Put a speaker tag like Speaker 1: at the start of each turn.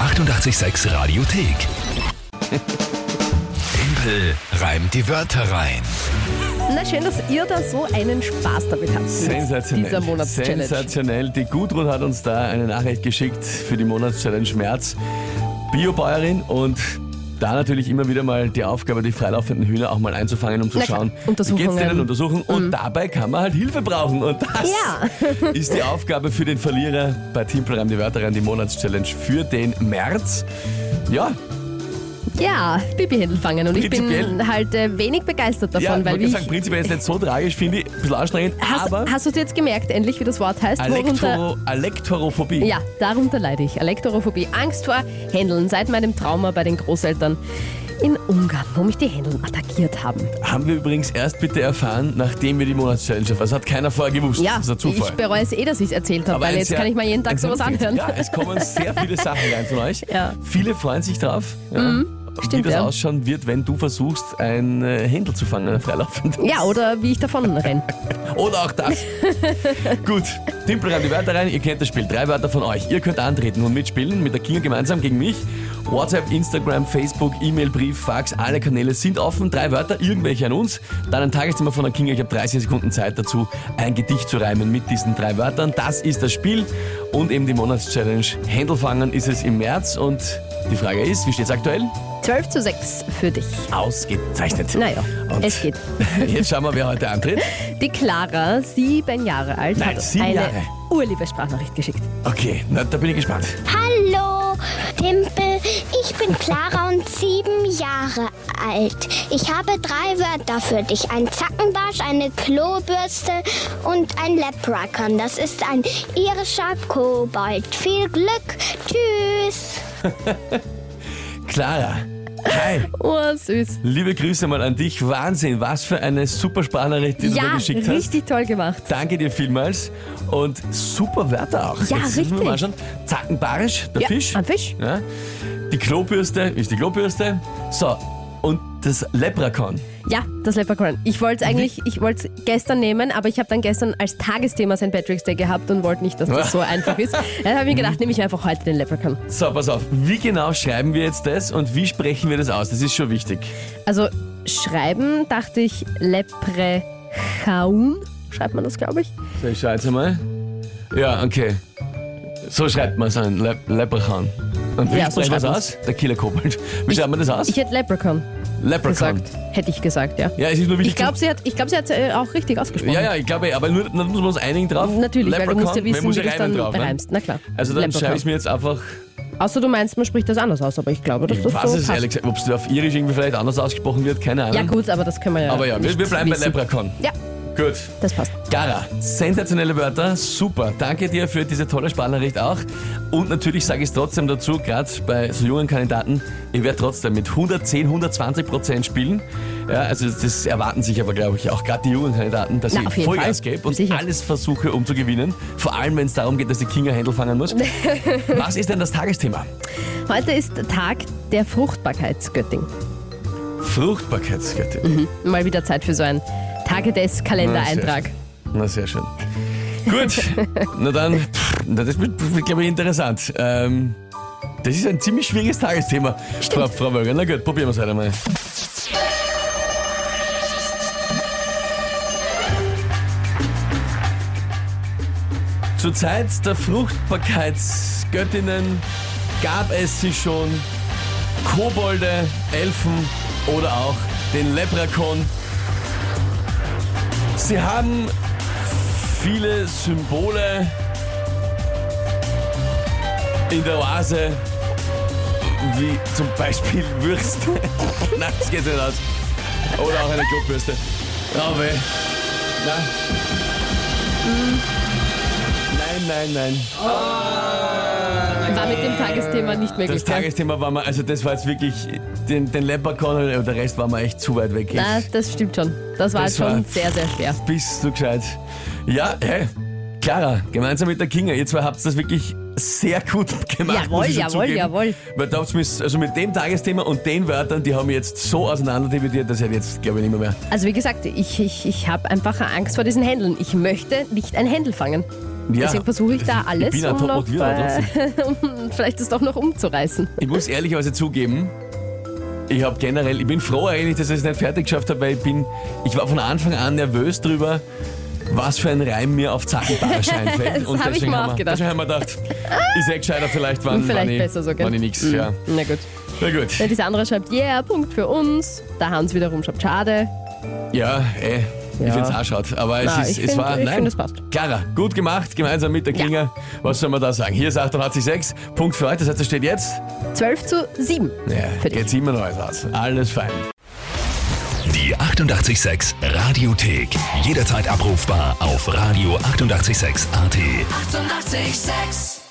Speaker 1: 886 Radiothek. Tempel reimt die Wörter rein.
Speaker 2: Na schön, dass ihr da so einen Spaß damit habt. mit
Speaker 3: Sensationell.
Speaker 2: Dieser Monatschallenge.
Speaker 3: Sensationell. Die Gudrun hat uns da eine Nachricht geschickt für die Monatschallenge März. Biobäuerin und da natürlich immer wieder mal die Aufgabe, die freilaufenden Hühner auch mal einzufangen, um zu
Speaker 2: Na klar,
Speaker 3: schauen, wie
Speaker 2: Untersuchungen. Mhm.
Speaker 3: geht's denen untersuchen. Und dabei kann man halt Hilfe brauchen. Und das
Speaker 2: Ja.
Speaker 3: ist die Aufgabe für den Verlierer bei Timpelreim die Wörter rein, die Monatschallenge für den März. Ja,
Speaker 2: Ja, Bibi-Händel fangen. Und ich bin
Speaker 3: Prinzipiell.
Speaker 2: halt äh, wenig begeistert davon,
Speaker 3: ja ich
Speaker 2: weil
Speaker 3: wollte
Speaker 2: wie
Speaker 3: sagen,
Speaker 2: ich,
Speaker 3: prinzipiell ist nicht so tragisch, finde ich. Ein bisschen anstrengend,
Speaker 2: hast,
Speaker 3: aber
Speaker 2: hast du es jetzt gemerkt, endlich, wie das Wort heißt? Worunter,
Speaker 3: Elektro Elektorophobie.
Speaker 2: ja, darunter leide ich. Elektorophobie, Angst vor Händeln seit meinem Trauma bei den Großeltern in Ungarn, wo mich die Händeln attackiert haben.
Speaker 3: Haben wir übrigens erst bitte erfahren, nachdem wir die Monatschallenge haben. Das hat keiner vorher gewusst.
Speaker 2: Ja,
Speaker 3: das ist ein
Speaker 2: ich
Speaker 3: Zufall.
Speaker 2: bereue es eh, dass ich es erzählt habe,
Speaker 3: ein
Speaker 2: weil jetzt
Speaker 3: sehr-
Speaker 2: kann ich mal jeden Tag
Speaker 3: ein
Speaker 2: sowas
Speaker 3: sehr-
Speaker 2: anhören.
Speaker 3: Ja, es kommen sehr viele Sachen rein von euch.
Speaker 2: Ja. Mhm.
Speaker 3: Viele freuen sich drauf. Ja. Wie
Speaker 2: stimmt,
Speaker 3: das
Speaker 2: ja.
Speaker 3: ausschauen wird, wenn du versuchst, ein äh, Händel zu fangen, ein freilaufendes.
Speaker 2: Ja, oder wie ich davon renne.
Speaker 3: Oder auch das. Gut, Timpel rein die Wörter rein. Ihr kennt das Spiel. Drei Wörter von euch. Ihr könnt antreten und mitspielen mit der Kinga gemeinsam gegen mich. WhatsApp, Instagram, Facebook, E-Mail, Brief, Fax, alle Kanäle sind offen. Drei Wörter, irgendwelche an uns. Dann ein Tageszimmer von der Kinga. Ich habe 30 Sekunden Zeit dazu, ein Gedicht zu reimen mit diesen drei Wörtern. Das ist das Spiel. Und eben die Monatschallenge Händel fangen ist es im März. Und die Frage ist, wie steht es aktuell?
Speaker 2: 12 zu 6 für dich.
Speaker 3: Ausgezeichnet.
Speaker 2: Naja,
Speaker 3: Und
Speaker 2: es geht.
Speaker 3: Jetzt schauen wir, wer heute antritt.
Speaker 2: Die Clara, sieben Jahre alt,
Speaker 3: Nein,
Speaker 2: hat
Speaker 3: sieben
Speaker 2: eine
Speaker 3: Jahre.
Speaker 2: urliebe Sprachnachricht geschickt.
Speaker 3: Okay, na, da bin ich gespannt.
Speaker 4: Hallo, Pimpel. Ich bin Clara und sieben Jahre alt. Ich habe drei Wörter für dich. Ein Zackenbarsch, eine Klobürste und ein Leprechaun. Das ist ein irischer Kobold. Viel Glück. Tschüss.
Speaker 3: Clara. Hi,
Speaker 2: Oh, süß.
Speaker 3: liebe Grüße mal an dich. Wahnsinn, was für eine super Sprachnachricht, die du
Speaker 2: Ja,
Speaker 3: da geschickt hast.
Speaker 2: richtig toll gemacht.
Speaker 3: Danke dir vielmals und super Wörter auch.
Speaker 2: Ja,
Speaker 3: Jetzt müssen wir
Speaker 2: richtig.
Speaker 3: Mal anschauen. Zackenbarisch, der
Speaker 2: Ja,
Speaker 3: Fisch.
Speaker 2: ein Fisch.
Speaker 3: Ja. Die Klobürste ist die Klobürste. So, und das Leprachaun.
Speaker 2: Ja, das Leprechaun. Ich wollte es eigentlich, ich wollte es gestern nehmen, aber ich habe dann gestern als Tagesthema St. Patrick's Day gehabt und wollte nicht, dass das so einfach ist. Dann habe ich mir
Speaker 3: Mhm.
Speaker 2: gedacht, nehme ich einfach heute den Leprechaun.
Speaker 3: So, pass auf. Wie genau schreiben wir jetzt das und wie sprechen wir das aus? Das ist schon wichtig.
Speaker 2: Also schreiben dachte ich Leprechaun, schreibt man das, glaube ich.
Speaker 3: So, ich schaue jetzt einmal. Ja, okay. So schreibt man es an, Le Leprachaun. Und wie
Speaker 2: Ja, so
Speaker 3: sprechen wir es
Speaker 2: schreibt
Speaker 3: aus? Der Killer Kobold. Wie schreibt man das aus?
Speaker 2: Ich hätte Leprechaun
Speaker 3: Leprechaun.
Speaker 2: gesagt, hätte ich gesagt, ja.
Speaker 3: Ja, es ist nur wichtig.
Speaker 2: Ich glaube, sie hat ich glaub, sie hat's, äh, auch richtig ausgesprochen.
Speaker 3: ja, ja, ich glaube, aber nur, dann muss man uns einigen drauf.
Speaker 2: Natürlich, weil du
Speaker 3: Leprechaun,
Speaker 2: musst ja wissen,
Speaker 3: man muss
Speaker 2: wie du es
Speaker 3: reimen
Speaker 2: dann
Speaker 3: drauf, ne?
Speaker 2: reimst. Na klar.
Speaker 3: Also dann
Speaker 2: Leprechaun.
Speaker 3: schreibe ich es mir jetzt einfach,
Speaker 2: Außer du meinst, man spricht das anders aus, aber ich glaube, dass
Speaker 3: ich
Speaker 2: das
Speaker 3: weiß
Speaker 2: so
Speaker 3: es
Speaker 2: passt.
Speaker 3: ehrlich gesagt, ob es auf Irisch irgendwie vielleicht anders ausgesprochen wird, keine Ahnung.
Speaker 2: Ja gut, aber das können wir ja
Speaker 3: aber ja, wir,
Speaker 2: nicht
Speaker 3: wir bleiben
Speaker 2: wissen.
Speaker 3: bei Leprechaun.
Speaker 2: Ja,
Speaker 3: Gut.
Speaker 2: das passt.
Speaker 3: Gara, sensationelle Wörter, super. Danke dir für diese tolle Sprachnachricht auch. Und natürlich sage ich es trotzdem dazu, gerade bei so jungen Kandidaten, ihr werdet trotzdem mit 110, 120 Prozent spielen. Ja, also das erwarten sich aber, glaube ich, auch gerade die jungen Kandidaten, dass
Speaker 2: Na, auf
Speaker 3: ich
Speaker 2: jeden
Speaker 3: Vollgas
Speaker 2: Fall.
Speaker 3: gebe und
Speaker 2: Sicher.
Speaker 3: alles versuche, um zu gewinnen. Vor allem, wenn es darum geht, dass die Kinga Händel fangen muss. Was ist denn das Tagesthema?
Speaker 2: Heute ist Tag der Fruchtbarkeitsgöttin.
Speaker 3: Fruchtbarkeitskette.
Speaker 2: Mal wieder Zeit für so einen Tage des Kalendereintrag.
Speaker 3: Na, sehr schön. Gut, na dann, pff, na, das wird, wird, glaube ich, interessant. Ähm, das ist ein ziemlich schwieriges Tagesthema, Frau, Frau Wölger. Na gut, probieren wir es halt einmal. Zur Zeit der Fruchtbarkeitsgöttinnen gab es sie schon Kobolde, Elfen oder auch den Leprakon. Sie haben viele Symbole in der Oase, wie zum Beispiel Würste. Nein, das geht nicht aus. Oder auch eine Klobürste. Oh, weh. Nein. Nein, nein, nein.
Speaker 2: War mit dem Tagesthema nicht möglich.
Speaker 3: Das
Speaker 2: gell?
Speaker 3: Tagesthema war mal, also das war jetzt wirklich, den, den Leprechaun und der Rest war mal echt zu weit weg.
Speaker 2: Na, das stimmt schon. Das war
Speaker 3: Das
Speaker 2: schon
Speaker 3: war-
Speaker 2: sehr, sehr schwer.
Speaker 3: Bist du gescheit? Ja, hey. Clara, gemeinsam mit der Kinga, ihr zwei habt das wirklich sehr gut gemacht.
Speaker 2: Jawohl,
Speaker 3: muss ich schon
Speaker 2: jawohl,
Speaker 3: zugeben.
Speaker 2: jawohl.
Speaker 3: Weil da habt's mich, also mit dem Tagesthema und den Wörtern, die haben mich jetzt so auseinanderdividiert, das hätte ich jetzt, glaube ich, nicht mehr mehr.
Speaker 2: Also wie gesagt, ich, ich, ich habe einfach Angst vor diesen Händeln. Ich möchte nicht ein Händel fangen.
Speaker 3: Ja.
Speaker 2: Deswegen versuche ich da alles,
Speaker 3: Ich bin ein
Speaker 2: um noch
Speaker 3: Top-Motivierer
Speaker 2: um vielleicht das doch noch umzureißen.
Speaker 3: Ich muss ehrlicherweise zugeben, ich habe generell, ich bin froh eigentlich, dass ich es nicht fertig geschafft habe, weil ich bin, ich war von Anfang an nervös drüber, was für ein Reim mir auf Zackenbarsch einfällt.
Speaker 2: Das hab ich mir auch
Speaker 3: haben wir,
Speaker 2: gedacht.
Speaker 3: deswegen haben wir gedacht, ist eh gescheiter vielleicht, wann,
Speaker 2: Vielleicht
Speaker 3: wann ich,
Speaker 2: besser sogar. Hm. Mhm. Äh,
Speaker 3: wann ich nix, ja.
Speaker 2: Na gut.
Speaker 3: Na gut,
Speaker 2: Wenn dieser andere schreibt, yeah, Punkt für uns. Der Hans wiederum schreibt, schade.
Speaker 3: ja, ey. Ich
Speaker 2: Ja.
Speaker 3: find's auch schad, aber es,
Speaker 2: Na,
Speaker 3: ist,
Speaker 2: ich
Speaker 3: es
Speaker 2: find-
Speaker 3: war,
Speaker 2: ich
Speaker 3: nein,
Speaker 2: find, es passt.
Speaker 3: Clara, gut gemacht, gemeinsam mit der Klinger, was soll man da sagen? Hier ist 886, Punkt für heute, das heißt, es steht jetzt,
Speaker 2: 12 zu 7.
Speaker 3: ja,
Speaker 2: Für dich.
Speaker 3: jetzt immer noch alles aus, alles fein.
Speaker 1: Die 886 Radiothek. Jederzeit abrufbar auf radio886.at. 886!
Speaker 5: 886